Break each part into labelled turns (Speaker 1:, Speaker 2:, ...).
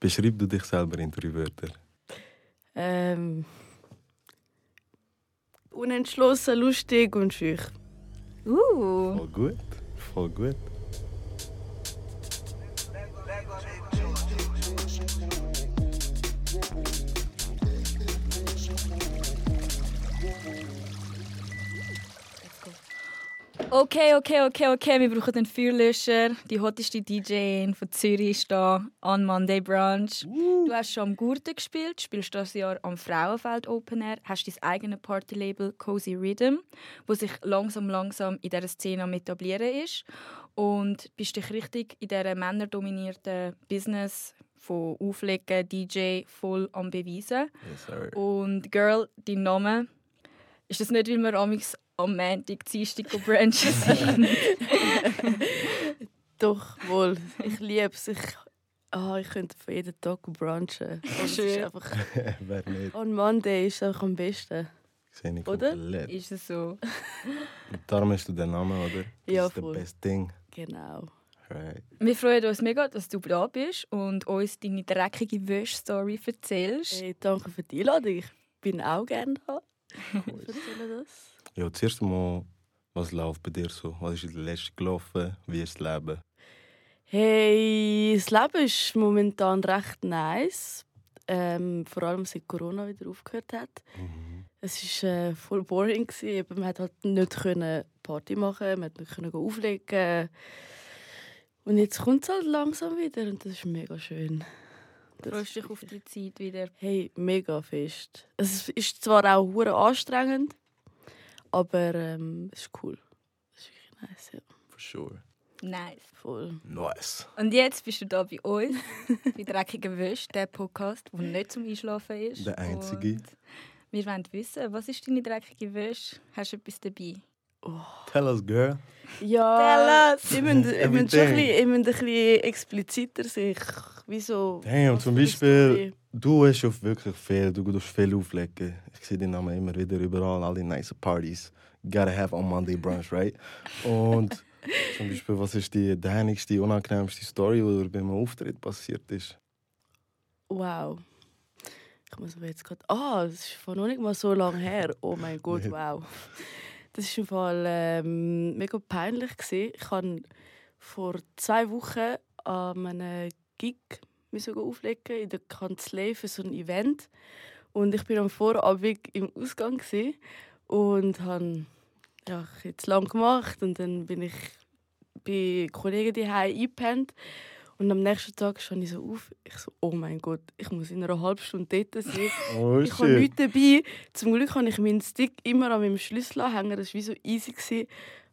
Speaker 1: Beschreib du dich selber in drei Wörtern.
Speaker 2: Ähm, unentschlossen, lustig und schüch.
Speaker 3: Uh.
Speaker 1: Voll gut. Voll gut.
Speaker 3: Okay, okay, okay, okay. Wir brauchen einen Feuerlöscher. Die hotteste DJin von Zürich ist da. On Monday Brunch. Du hast schon am Gurten gespielt, spielst das Jahr am Frauenfeld Open Air, hast dein eigenes Partylabel Cozy Rhythm, wo sich langsam, langsam in dieser Szene am etablieren ist. Und bist dich richtig in dieser männerdominierten Business von Auflegen, DJ voll am Beweisen.
Speaker 1: Yes, sir.
Speaker 3: Und Girl, dein Name. Ist das nicht, weil wir amigs am Montag, Dienstag und Brunchen sind?
Speaker 2: Doch, wohl. Ich liebe es. Ich, ah, ich könnte für jeden Tag brunchen. Aber es ist
Speaker 3: Schön.
Speaker 2: einfach,
Speaker 1: Wer nicht?
Speaker 2: on Monday ist einfach am besten.
Speaker 1: Sehe ich
Speaker 2: Oder?
Speaker 1: komplett.
Speaker 3: ist es so?
Speaker 1: Darum hast du den Namen, oder? Das
Speaker 2: Ja,
Speaker 1: ist the
Speaker 2: voll.
Speaker 1: best thing.
Speaker 2: Genau.
Speaker 1: Right.
Speaker 3: Wir freuen uns mega, dass du da bist und uns deine dreckige Wäschstory erzählst.
Speaker 2: Hey, danke für die Einladung. Ich bin auch gerne da. Erzähle das.
Speaker 1: Ja, zuerst mal, was läuft bei dir so? Was ist in der letzten gelaufen? Wie ist das Leben?
Speaker 2: Hey, das Leben ist momentan recht nice. Ähm, vor allem seit Corona wieder aufgehört hat. Es war äh, voll boring. gewesen. Eben, Man hat halt nicht können Party machen, man hat nicht können auflegen. Und jetzt kommt es halt langsam wieder und das ist mega schön. Das-
Speaker 3: Freust dich auf die Zeit wieder.
Speaker 2: Hey, mega fest. Es ist zwar auch hure anstrengend, aber ähm, es ist cool. Es ist wirklich nice, ja.
Speaker 1: For sure.
Speaker 3: Nice.
Speaker 2: Voll.
Speaker 1: Nice.
Speaker 3: Und jetzt bist du da bei uns, bei «Dreckige Wäsche», der Podcast, der nicht zum Einschlafen ist.
Speaker 1: Der einzige.
Speaker 3: Und wir wollen wissen, was ist deine dreckige Wäsche? Hast du etwas dabei?
Speaker 1: Tell us, girl.
Speaker 2: Ja,
Speaker 3: Tell
Speaker 2: ich müsste ich müsste schon ein
Speaker 1: Everything.
Speaker 2: bisschen, ich müsste ein bisschen expliziter sich. Wieso?
Speaker 1: Damn, zum Beispiel, du hast auf wirklich viel. Du tust viel auflegen. Ich sehe den Namen immer wieder überall, alle nice Partys. Gotta have on Monday brunch, right? Und zum Beispiel, was ist die dämlichste, unangenehmste Story, die dir beim Auftritt passiert ist?
Speaker 2: Wow. Ich muss aber jetzt gerade. Ah, das ist vor noch nicht mal so lange her. Oh mein Gott,
Speaker 1: Nee.
Speaker 2: wow. Das war im Fall ähm, mega peinlich. Gewesen. Ich habe vor zwei Wochen an einem Gig müssen go auflegen in der Kanzlei für so ein Event. Und ich war am Vorabend im Ausgang gewesen und habe ja, ich hab jetzt lang gemacht. Und dann bin ich bei Kollegen die eingepennt. Und am nächsten Tag stand ich so auf. Ich so, oh mein Gott, ich muss in einer halben Stunde dort sein.
Speaker 1: Oh,
Speaker 2: ich habe nichts dabei. Zum Glück habe ich meinen Stick immer an meinem Schlüssel hängen. Das war wie so easy. gewesen.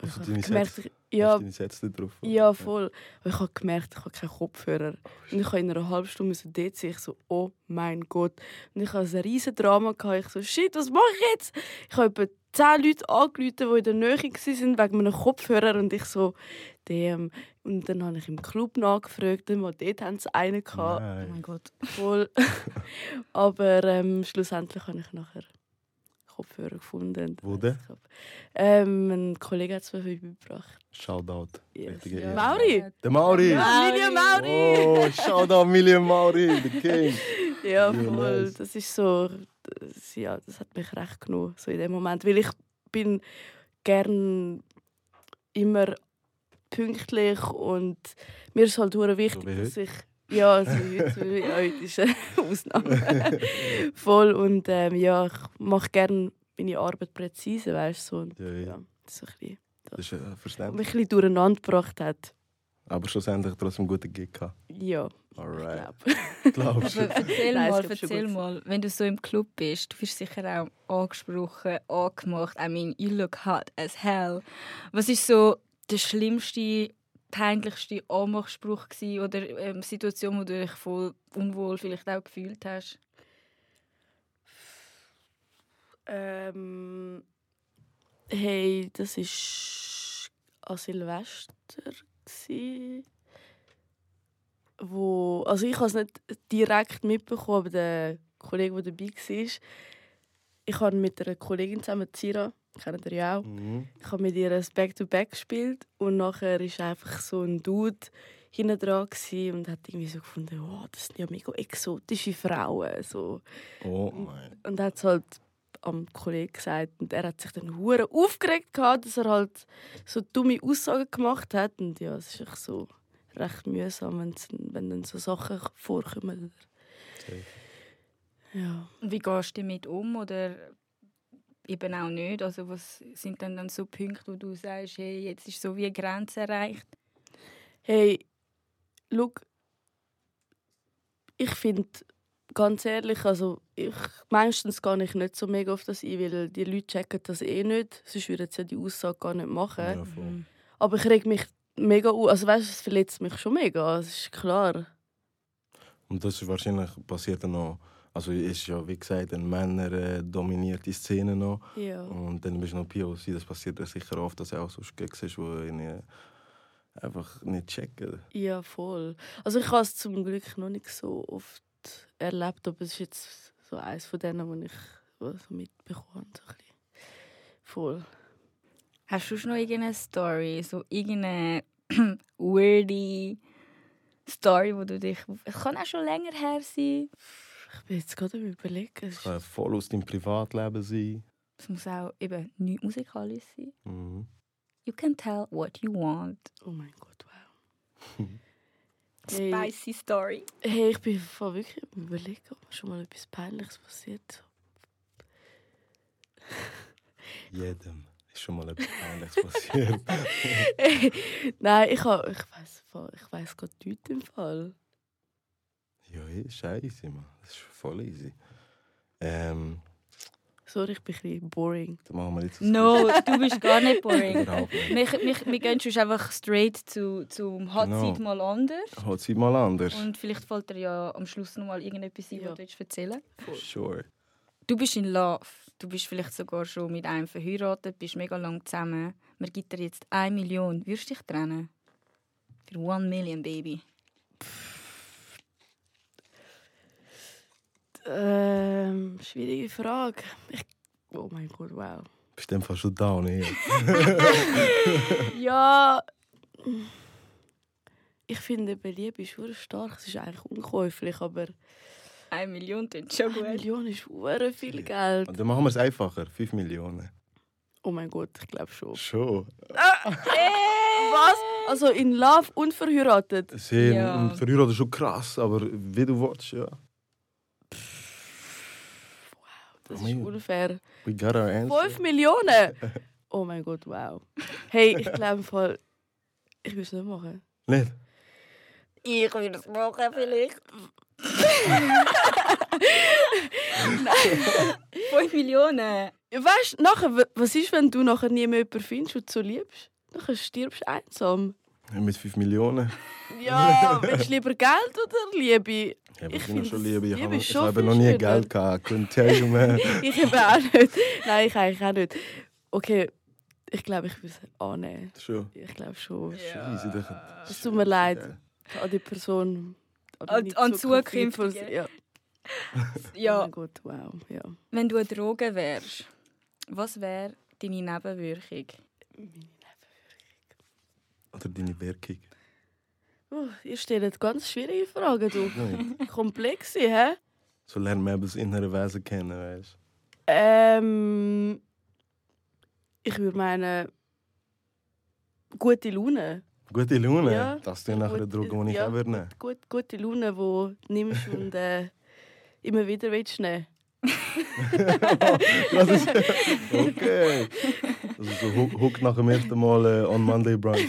Speaker 2: Und
Speaker 1: Also
Speaker 2: ich
Speaker 1: deine
Speaker 2: habe gemerkt,
Speaker 1: Sätze-
Speaker 2: ich, ja,
Speaker 1: Hast du deine Sätze drauf?
Speaker 2: ja, voll. Aber ich habe gemerkt, ich habe keinen Kopfhörer.
Speaker 1: Oh,
Speaker 2: Und ich habe in einer halben Stunde so dort sein. Ich so, oh mein Gott. Und ich hatte ein riesen Drama. gehabt. Ich so, shit, was mache ich jetzt? Ich habe etwa zehn Leute angerufen, die in der Nähe waren, wegen meinem Kopfhörer. Und ich so, damn. Und dann habe ich im Club nachgefragt. Und mal dort hatten sie einen. Gehabt.
Speaker 3: Oh
Speaker 1: Nein.
Speaker 3: mein Gott.
Speaker 2: Voll. Aber ähm, schlussendlich habe ich nachher Kopfhörer gefunden.
Speaker 1: Wo denn?
Speaker 2: Ähm, ein Kollege hat es mir vorbeigebracht.
Speaker 1: Shoutout.
Speaker 2: Yes.
Speaker 1: Richtige
Speaker 2: Ja.
Speaker 1: Ehre.
Speaker 2: Mauri!
Speaker 1: Der Mauri!
Speaker 3: Ja.
Speaker 2: Familie Mauri!
Speaker 1: Oh, Shoutout Milian Mauri, the King.
Speaker 2: Ja,
Speaker 1: Ja,
Speaker 2: voll.
Speaker 1: nice.
Speaker 2: Das ist so. Das, ja, das hat mich recht genommen, so in dem Moment. Weil ich bin gern immer pünktlich und mir ist halt hure wichtig,
Speaker 1: So wie
Speaker 2: dass ich. Ja, so wie heute, so wie heute ist eine Ausnahme. voll. Und ähm, ja, ich mache gerne meine Arbeit präzise, weißt du? So, und,
Speaker 1: Ja, ja.
Speaker 2: ja, so ein bisschen.
Speaker 1: Das ist äh,
Speaker 2: Und
Speaker 1: verständlich.
Speaker 2: mich ein bisschen durcheinander gebracht hat.
Speaker 1: Aber schlussendlich trotzdem guten Gig gehabt.
Speaker 2: Ja,
Speaker 1: Alright.
Speaker 2: ich glaube.
Speaker 1: Glaubst
Speaker 3: Aber
Speaker 1: du?
Speaker 3: erzähl
Speaker 2: Nein, es
Speaker 3: mal,
Speaker 2: gibt schon
Speaker 3: erzähl
Speaker 2: gutes.
Speaker 3: mal, wenn du so im Club bist, du wirst sicher auch angesprochen, angemacht. I mean, you look hot as hell. Was ist so der schlimmste, peinlichste Anmachspruch gewesen oder ähm, Situation, wo du dich voll unwohl vielleicht auch gefühlt hast?
Speaker 2: Ähm, hey, das ist an Silvester gsi, wo also ich habe es nicht direkt mitbekommen, aber der Kollege, der dabei war, ich habe mit einer Kollegin zusammen, Zira, kennt ihr ja auch,
Speaker 1: Mhm.
Speaker 2: ich habe mit ihr ein Back-to-Back gespielt und nachher ist einfach so ein Dude hinten dran gewesen und hat irgendwie so gefunden, wow, das sind ja mega exotische Frauen. So.
Speaker 1: Oh mein.
Speaker 2: Und hat es halt am Kollegen gesagt und er hat sich dann hure aufgeregt gehabt, dass er halt so dumme Aussagen gemacht hat und ja, es ist echt so recht mühsam, wenn's- wenn dann so Sachen vorkommen.
Speaker 1: Safe.
Speaker 2: Ja.
Speaker 3: Und Wie gehst du damit um oder eben auch nicht? Also was sind denn dann so Punkte, wo du sagst, hey, jetzt ist so wie eine Grenze erreicht?
Speaker 2: Hey, look, ich finde, ganz ehrlich, also ich, meistens gehe ich nicht so mega auf das ein, weil die Leute checken das eh nicht, sonst würden sie ja die Aussage gar nicht machen.
Speaker 1: Ja, voll.
Speaker 3: Mhm.
Speaker 2: Aber ich reg mich mega auf, also weißt du, es verletzt mich schon mega, das ist klar.
Speaker 1: Und das ist wahrscheinlich passiert dann noch. Also ist ja, wie gesagt, ein Männer äh, dominiert die Szene noch.
Speaker 2: Ja.
Speaker 1: Und dann bist du noch POC, das passiert ja sicher oft, dass auch so Gags ist, die äh, einfach nicht checken.
Speaker 2: Ja, voll. Also ich habe es zum Glück noch nicht so oft erlebt, aber es ist jetzt so eins von denen, wo ich wo ich so mitbekommen habe. So ein bisschen. voll.
Speaker 3: Hast du schon noch irgendeine Story, so irgendeine weirde Story, wo du dich... Es kann auch schon länger her sein.
Speaker 2: Ich bin jetzt gerade am überlegen. Es
Speaker 1: Es
Speaker 2: ist-
Speaker 1: kann voll aus deinem Privatleben sein.
Speaker 3: Es muss auch eben nicht musikalisch sein.
Speaker 1: Mhm.
Speaker 3: You can tell what you want.
Speaker 2: Oh mein Gott, wow. Hey.
Speaker 3: Spicy Story.
Speaker 2: Hey, ich bin voll wirklich am überlegen, ob mir schon mal etwas Peinliches passiert ist.
Speaker 1: Jedem ist schon mal etwas Peinliches passiert.
Speaker 2: Nein, ich habe, ich weiß, ich weiß gerade nichts im Fall.
Speaker 1: ja, hey, scheiße, man. Das ist voll easy. Ähm,
Speaker 2: Sorry, ich bin ein bisschen boring.
Speaker 1: dann machen wir jetzt das
Speaker 3: No, du bist gar
Speaker 1: Quiz.
Speaker 3: nicht boring.
Speaker 1: Überhaupt nicht.
Speaker 3: wir, wir, wir gehen schon einfach straight zu, zum Hot
Speaker 1: Genau.
Speaker 3: Seat mal anders.
Speaker 1: Hat sie mal anders.
Speaker 3: Und vielleicht fällt dir ja am Schluss noch mal irgendetwas ein,
Speaker 2: Ja.
Speaker 3: was du willst erzählen
Speaker 1: Sure.
Speaker 3: Du bist in Love. Du bist vielleicht sogar schon mit einem verheiratet, bist mega lang zusammen. Man gibt dir jetzt 1 Million. Würdest du dich trennen? Für 1 Million, Baby.
Speaker 2: Ähm, schwierige Frage. Ich, oh mein Gott, wow.
Speaker 1: Bist du fast schon down eh. hier?
Speaker 2: Ja. mm. Ich finde, bei Liebe ist hure stark. Es ist eigentlich unkäuflich, aber
Speaker 3: 1 Million klingt schon
Speaker 2: eine Million ist hure viel Geld.
Speaker 1: Und dann machen wir es einfacher. 5 Millionen.
Speaker 2: Oh mein Gott, ich glaube schon.
Speaker 1: Schon.
Speaker 2: Was? Also in Love und verheiratet?
Speaker 1: Sehr,
Speaker 3: Ja.
Speaker 1: ja. Verheiratet ist schon krass, aber wie du willst, ja.
Speaker 2: Das
Speaker 1: Oh
Speaker 2: ist
Speaker 1: mein Gott.
Speaker 2: unfair.
Speaker 1: We got our answer.
Speaker 2: 5 Millionen? Oh mein Gott, wow. Hey, ich glaube voll, ich würde es nicht machen.
Speaker 1: Nicht?
Speaker 3: Ich würde es machen, vielleicht. 5 Millionen.
Speaker 2: Ja, weißt du, nachher, w- was ist, wenn du nachher niemanden findest und so liebst? Nachher stirbst du einsam.
Speaker 1: Mit 5 Millionen.
Speaker 2: Ja, willst du lieber Geld oder Liebe?
Speaker 1: Ja,
Speaker 2: Ich
Speaker 1: ich bin
Speaker 2: find
Speaker 1: schon
Speaker 2: das
Speaker 1: lieb. Ich
Speaker 2: Liebe
Speaker 1: habe
Speaker 2: ist
Speaker 1: ich
Speaker 2: schon
Speaker 1: habe
Speaker 2: viel
Speaker 1: noch nie
Speaker 2: schöner.
Speaker 1: Geld gehabt. Couldn't tell you, man.
Speaker 2: Ich eben auch nicht. Nein, ich eigentlich auch nicht. Okay, ich glaube, ich würde es annehmen.
Speaker 1: Schon.
Speaker 2: Ich glaube schon.
Speaker 1: Scheiße, das-
Speaker 2: Es tut mir leid. An die Person.
Speaker 3: An-
Speaker 2: meine
Speaker 3: an
Speaker 2: zukünftige
Speaker 3: zukünftige.
Speaker 2: Person- Ja. Oh
Speaker 3: Ja,
Speaker 2: mein Gott, wow. Ja.
Speaker 3: wenn du eine Droge wärst, was wäre deine Nebenwirkung?
Speaker 1: Oder deine Wirkung.
Speaker 2: Uh, ihr stellt ganz schwierige Fragen, du.
Speaker 1: Nein.
Speaker 2: Komplexe, hä?
Speaker 1: So lernt man eben das innere Wesen kennen, weißt
Speaker 2: Ähm, ich würde meinen, gute Laune.
Speaker 1: du. Gute Laune.
Speaker 2: Ja.
Speaker 1: Das ist dann nachher eine
Speaker 2: Gut,
Speaker 1: Droge, die ich
Speaker 2: ja.
Speaker 1: auch würde nehmen
Speaker 2: Gut, gute Laune, die du nimmst und äh, immer wieder willst nehmen.
Speaker 1: Das ist... Okay. Also so hook, hook nach dem ersten Mal äh, on Monday brunch.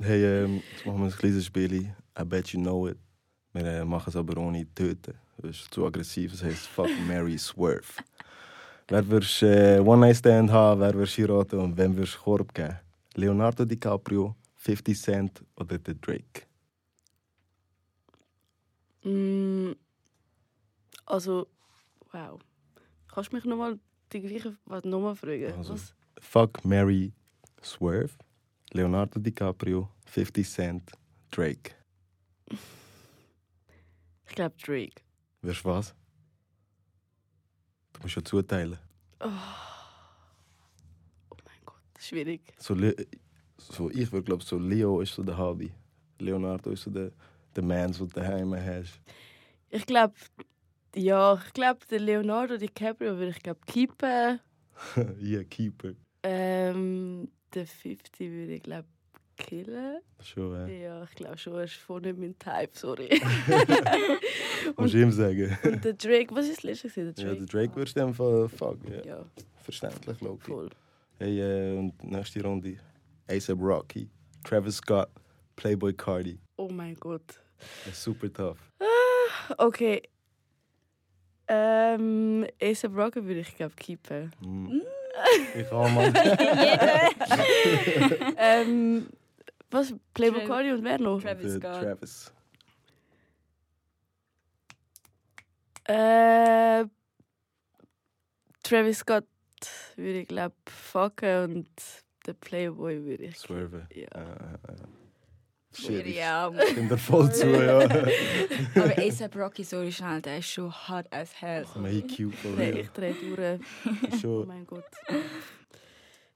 Speaker 1: hey, ähm, jetzt machen wir ein kleines Spiel. I bet you know it. Wir äh, machen es aber ohne töten. Das ist zu aggressiv. Das heißt fuck, Mary, swerve. Wer wirst äh, One-Night-Stand haben, wer wirst heiraten und wem wirst du Korb geben? Leonardo DiCaprio, 50 Cent oder der Drake?
Speaker 2: Mm, also, wow. Kannst du mich nochmal die gleiche Frage nochmal fragen?
Speaker 1: Also.
Speaker 2: Was?
Speaker 1: Fuck, Mary, Swerve, Leonardo DiCaprio, 50 Cent, Drake.
Speaker 2: Ich glaube Drake.
Speaker 1: Wirst du was? Du musst ja zuteilen.
Speaker 2: Oh. oh mein Gott, schwierig.
Speaker 1: So, Le so ich würde glaube so Leo ist so der Hobby. Leonardo ist so der, der man, so daheim hast.
Speaker 2: Ich glaube, ja, ich glaube, der Leonardo DiCaprio würde ich glaube keepen.
Speaker 1: ja, Keeper.
Speaker 2: Ähm, der 50 würde ich glaube killen.
Speaker 1: Schon, äh, ja.
Speaker 2: Ja, ich glaube schon, er ist voll nicht mein Type, sorry.
Speaker 1: Muss ich ihm sagen.
Speaker 2: Und der Drake, was ist das letzte? gewesen, Der
Speaker 1: Ja,
Speaker 2: Drake, Oh.
Speaker 1: der Drake würdest du dann ver- fuck, ja.
Speaker 2: Ja,
Speaker 1: Verständlich, Loki.
Speaker 2: voll.
Speaker 1: Hey, äh, und nächste Runde. A$AP Rocky, Travis Scott, Playboy Cardi.
Speaker 2: Oh mein Gott.
Speaker 1: Das ist super tough.
Speaker 2: Okay. Ähm, A$AP Rocky würde ich glaube keepen.
Speaker 1: Mm. Ich auch, Mann.
Speaker 2: ähm, was? Playboy
Speaker 3: Trav-
Speaker 2: Cardi und wer noch?
Speaker 1: Der
Speaker 3: Travis Scott.
Speaker 1: Travis.
Speaker 2: Äh, Travis Scott würde ich glaube fucken und der Playboy würde ich.
Speaker 1: Swerve.
Speaker 2: Ja.
Speaker 1: Äh, äh, äh. Shit, ich
Speaker 3: Ja,
Speaker 1: stimme dir voll zu, ja.
Speaker 3: aber A$AP Rocky, sorry schnell, der ist schon hard as hell.
Speaker 1: Man, he cute for
Speaker 2: Nee,
Speaker 1: real.
Speaker 2: ich drehe durch. Oh
Speaker 1: Schon
Speaker 2: mein Gott.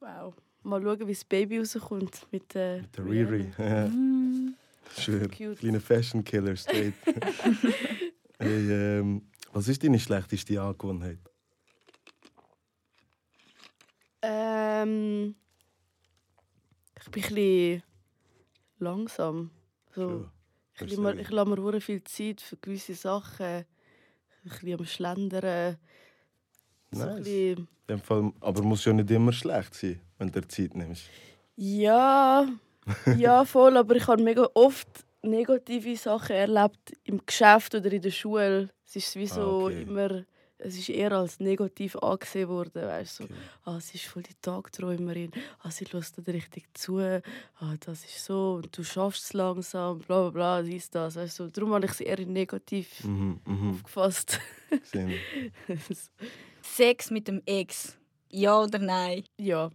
Speaker 2: Wow. Mal schauen, wie das Baby rauskommt mit der.
Speaker 1: der Riri. Ja,
Speaker 3: Mm.
Speaker 1: Schön.
Speaker 2: Cute.
Speaker 1: Kleine Fashion Killer, straight. hey, ähm, was ist deine schlechteste Angewohnheit?
Speaker 2: Ähm, ich bin ein bisschen langsam. So,
Speaker 1: Schon.
Speaker 2: ich lasse mir, ich lasse mir hure viel Zeit für gewisse Sachen. Ein bisschen am Schlendern. So ein
Speaker 1: Nice.
Speaker 2: bisschen
Speaker 1: In dem Fall, aber muss ja nicht immer schlecht sein, wenn du dir Zeit nimmst.
Speaker 2: Ja, ja voll, aber ich habe mega oft negative Sachen erlebt im Geschäft oder in der Schule. Es ist wie
Speaker 1: Ah,
Speaker 2: so
Speaker 1: okay.
Speaker 2: immer, es ist eher als negativ angesehen worden, weißt du. So,
Speaker 1: Okay.
Speaker 2: ah, sie ist voll die Tagträumerin, ah, sie lässt nicht richtig zu, ah, das ist so und du schaffst es langsam, bla bla bla, dies, das, weißt du. Darum habe ich es eher in negativ
Speaker 1: Mhm, mhm.
Speaker 2: gefasst.
Speaker 1: Gesehen.
Speaker 3: Sex mit dem Ex. Ja oder nein?
Speaker 2: ja,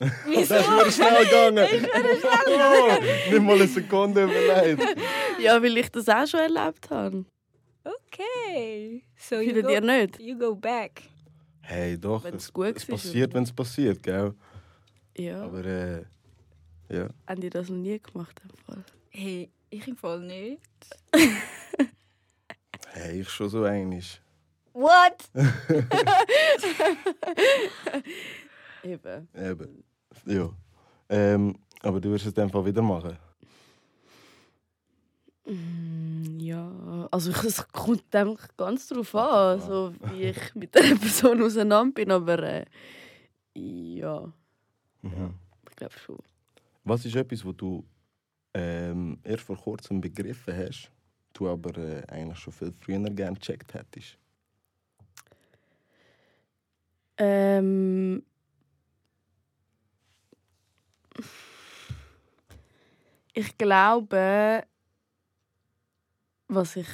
Speaker 1: Oh, Das ist mir schnell gegangen. Oh, nicht mal eine Sekunde überlegt.
Speaker 2: ja, weil ich das auch schon erlebt habe.
Speaker 3: Okay. So you
Speaker 2: Findet
Speaker 3: go,
Speaker 2: ihr nicht?
Speaker 3: you go back.
Speaker 1: Hey, doch.
Speaker 2: Wenn's
Speaker 1: es-
Speaker 2: gut
Speaker 1: Es
Speaker 2: war,
Speaker 1: passiert, wenn es passiert, gell?
Speaker 2: Ja,
Speaker 1: Aber äh, ja.
Speaker 2: haben die das noch nie gemacht? im Fall?
Speaker 3: Hey, ich im Fall nicht.
Speaker 1: Hey, ich schon so einig.
Speaker 3: What?
Speaker 2: Eben.
Speaker 1: Eben. Ja. Ähm, aber du wirst es in dem Fall wieder machen.
Speaker 2: Mm, Ja, also ich- es kommt dem ganz drauf an, also, wie ich mit der Person auseinander bin, aber äh, ja,
Speaker 1: Mhm.
Speaker 2: ich glaube schon.
Speaker 1: Was ist etwas, wo du ähm, erst vor kurzem begriffen hast, du aber äh, eigentlich schon viel früher gerne gecheckt hättest?
Speaker 2: Ähm, ich glaube, was ich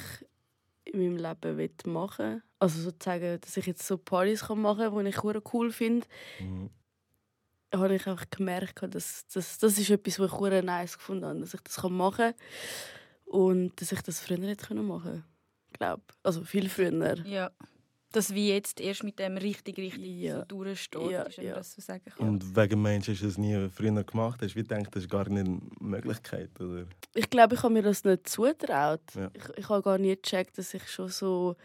Speaker 2: in meinem Leben will machen will, also sozusagen, dass ich jetzt so Partys kann machen kann, die ich hure cool finde,
Speaker 1: Mhm.
Speaker 2: habe ich einfach gemerkt, dass, dass das ist etwas, was ich hure nice gefunden habe, dass ich das machen kann und dass ich das früher nicht können machen glaube Also viel früher.
Speaker 3: Ja. Dass wie jetzt erst mit dem richtig, richtig
Speaker 2: Ja.
Speaker 3: so durchsteht,
Speaker 2: Ja,
Speaker 3: ist, wenn
Speaker 2: ja.
Speaker 3: man das so sagen kann.
Speaker 1: Und wegen Mensch hast du es nie früher gemacht? Hast du wie gedacht, das ist gar nicht eine Möglichkeit? Oder?
Speaker 2: Ich glaube, ich habe mir das nicht zutraut.
Speaker 1: Ja.
Speaker 2: Ich, ich habe gar nicht gecheckt, dass ich schon so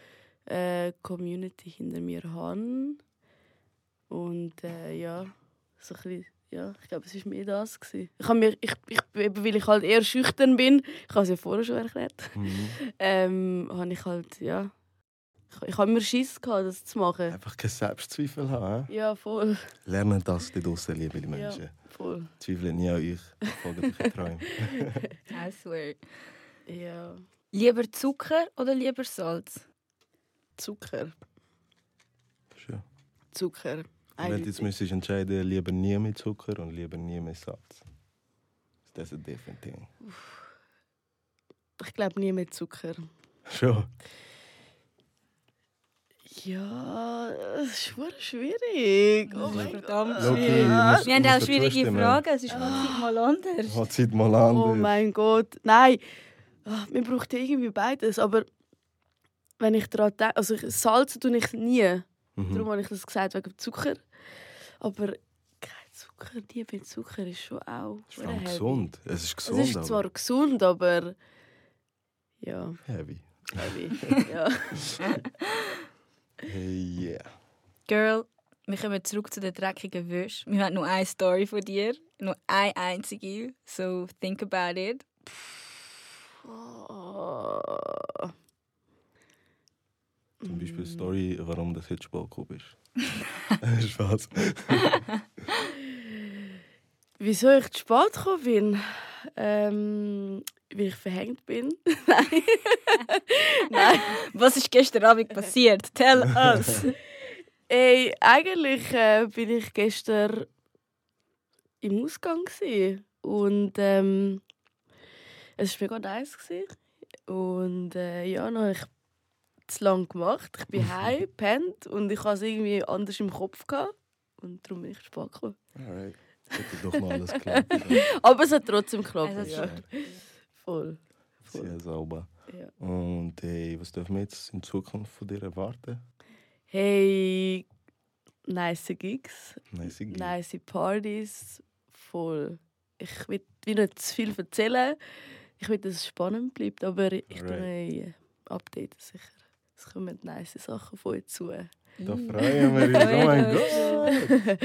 Speaker 2: äh, Community hinter mir habe. Und äh, ja, so ein bisschen, ja, ich glaube, es war mehr das. Gewesen. Ich habe mir, ich, ich, eben weil ich halt eher schüchtern bin, ich habe es ja vorher schon erklärt,
Speaker 1: Mhm.
Speaker 2: ähm, habe ich halt, ja. Ich, ich habe mir Schiss gehabt, das zu machen.
Speaker 1: Einfach keinen Selbstzweifel haben. hä?
Speaker 2: Ja, voll.
Speaker 1: Lernen das die draussen, liebe Menschen.
Speaker 2: voll.
Speaker 1: Zweifle nie an euch. Folgt euren Träumen.
Speaker 3: I swear.
Speaker 2: Ja.
Speaker 3: Lieber Zucker oder lieber Salz?
Speaker 2: Zucker.
Speaker 1: Schön.
Speaker 2: Zucker.
Speaker 1: Wenn du jetzt müsstest entscheiden, lieber nie mehr Zucker und lieber nie mehr Salz. Das ist ein different thing.
Speaker 2: Ich glaube nie mehr Zucker.
Speaker 1: Schon.
Speaker 2: Ja, es ist schwer schwierig. Oh mein Gott.
Speaker 3: Verdammt
Speaker 1: Loki, muss-
Speaker 3: schwierig. Wir haben
Speaker 1: muss
Speaker 3: auch
Speaker 1: dazu
Speaker 3: schwierige
Speaker 1: stimmen.
Speaker 3: Fragen, es ist manchmal
Speaker 2: Ah.
Speaker 3: anders.
Speaker 1: Hat Zeit mal an.
Speaker 2: Oh mein Gott. Nein. Ah, Man braucht ja irgendwie beides. Aber wenn ich daran denke, also ich- Salz tue ich nie. Darum
Speaker 1: Mhm.
Speaker 2: habe ich das gesagt, wegen dem Zucker. Aber kein Zucker, die mit Zucker ist schon auch.
Speaker 1: Es ist vor
Speaker 2: hure
Speaker 1: allem
Speaker 2: heavy.
Speaker 1: gesund. Es ist
Speaker 2: Es
Speaker 1: gesund,
Speaker 2: ist zwar gesund, aber ja,
Speaker 1: aber heavy.
Speaker 2: heavy. ja.
Speaker 1: Hey, yeah.
Speaker 3: Girl, wir kommen zurück zu den dreckigen Wäsch. Wir haben nur eine Story von dir. Nur eine einzige. So, think about it.
Speaker 2: Oh.
Speaker 1: Zum Beispiel
Speaker 2: Mm.
Speaker 1: Story, warum das jetzt spät gekommen ist. Spaß.
Speaker 2: Wieso ich zu spät gekommen bin? Ähm, weil ich verhängt bin. Nein. Nein.
Speaker 3: Was ist gestern Abend passiert? Tell us!
Speaker 2: Ey, eigentlich äh, bin ich gestern im Ausgang gsi und ähm, es war mega nice gsi und äh, ja, dann habe ich zu lang gemacht. Ich bin heim, pennt und ich hatte es irgendwie anders im Kopf gehabt. und darum bin ich zu spät gekommen.
Speaker 1: Alright. Hätte doch noch alles geklappt.
Speaker 2: Aber es hat trotzdem geklappt.
Speaker 3: Es
Speaker 2: ja.
Speaker 3: hat
Speaker 1: Ja.
Speaker 2: Voll. Voll.
Speaker 1: Sehr sauber.
Speaker 2: Ja.
Speaker 1: Und hey, was dürfen wir jetzt in Zukunft von dir erwarten?
Speaker 2: Hey, nice Gigs.
Speaker 1: Nice, Gig.
Speaker 2: nice Partys, voll. Ich will, will nicht zu viel erzählen. Ich will, dass es spannend bleibt, aber ich tue euch updaten sicher. Es kommen nice Sachen von euch zu.
Speaker 1: Da freuen wir uns. Oh mein Gott.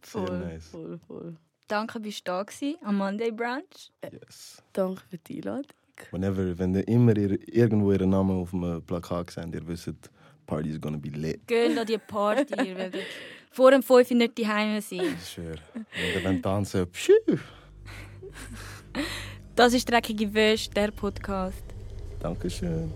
Speaker 2: Voll,
Speaker 1: nice.
Speaker 2: voll, voll.
Speaker 3: Danke, bist du da gewesen, am Monday Brunch.
Speaker 1: Yes.
Speaker 2: Danke für die Einladung.
Speaker 1: Whenever, wenn ihr immer ihr, irgendwo ihren Namen auf dem Plakat seht, ihr wisst, Party is gonna be lit.
Speaker 3: Gehen an die Party, ihr werdet vor dem 5 Uhr nicht daheim sein.
Speaker 1: Sure. Wenn ihr wollt tanzen pschuh.
Speaker 3: Das ist Dreckige Wäsche, der Podcast.
Speaker 1: Dankeschön.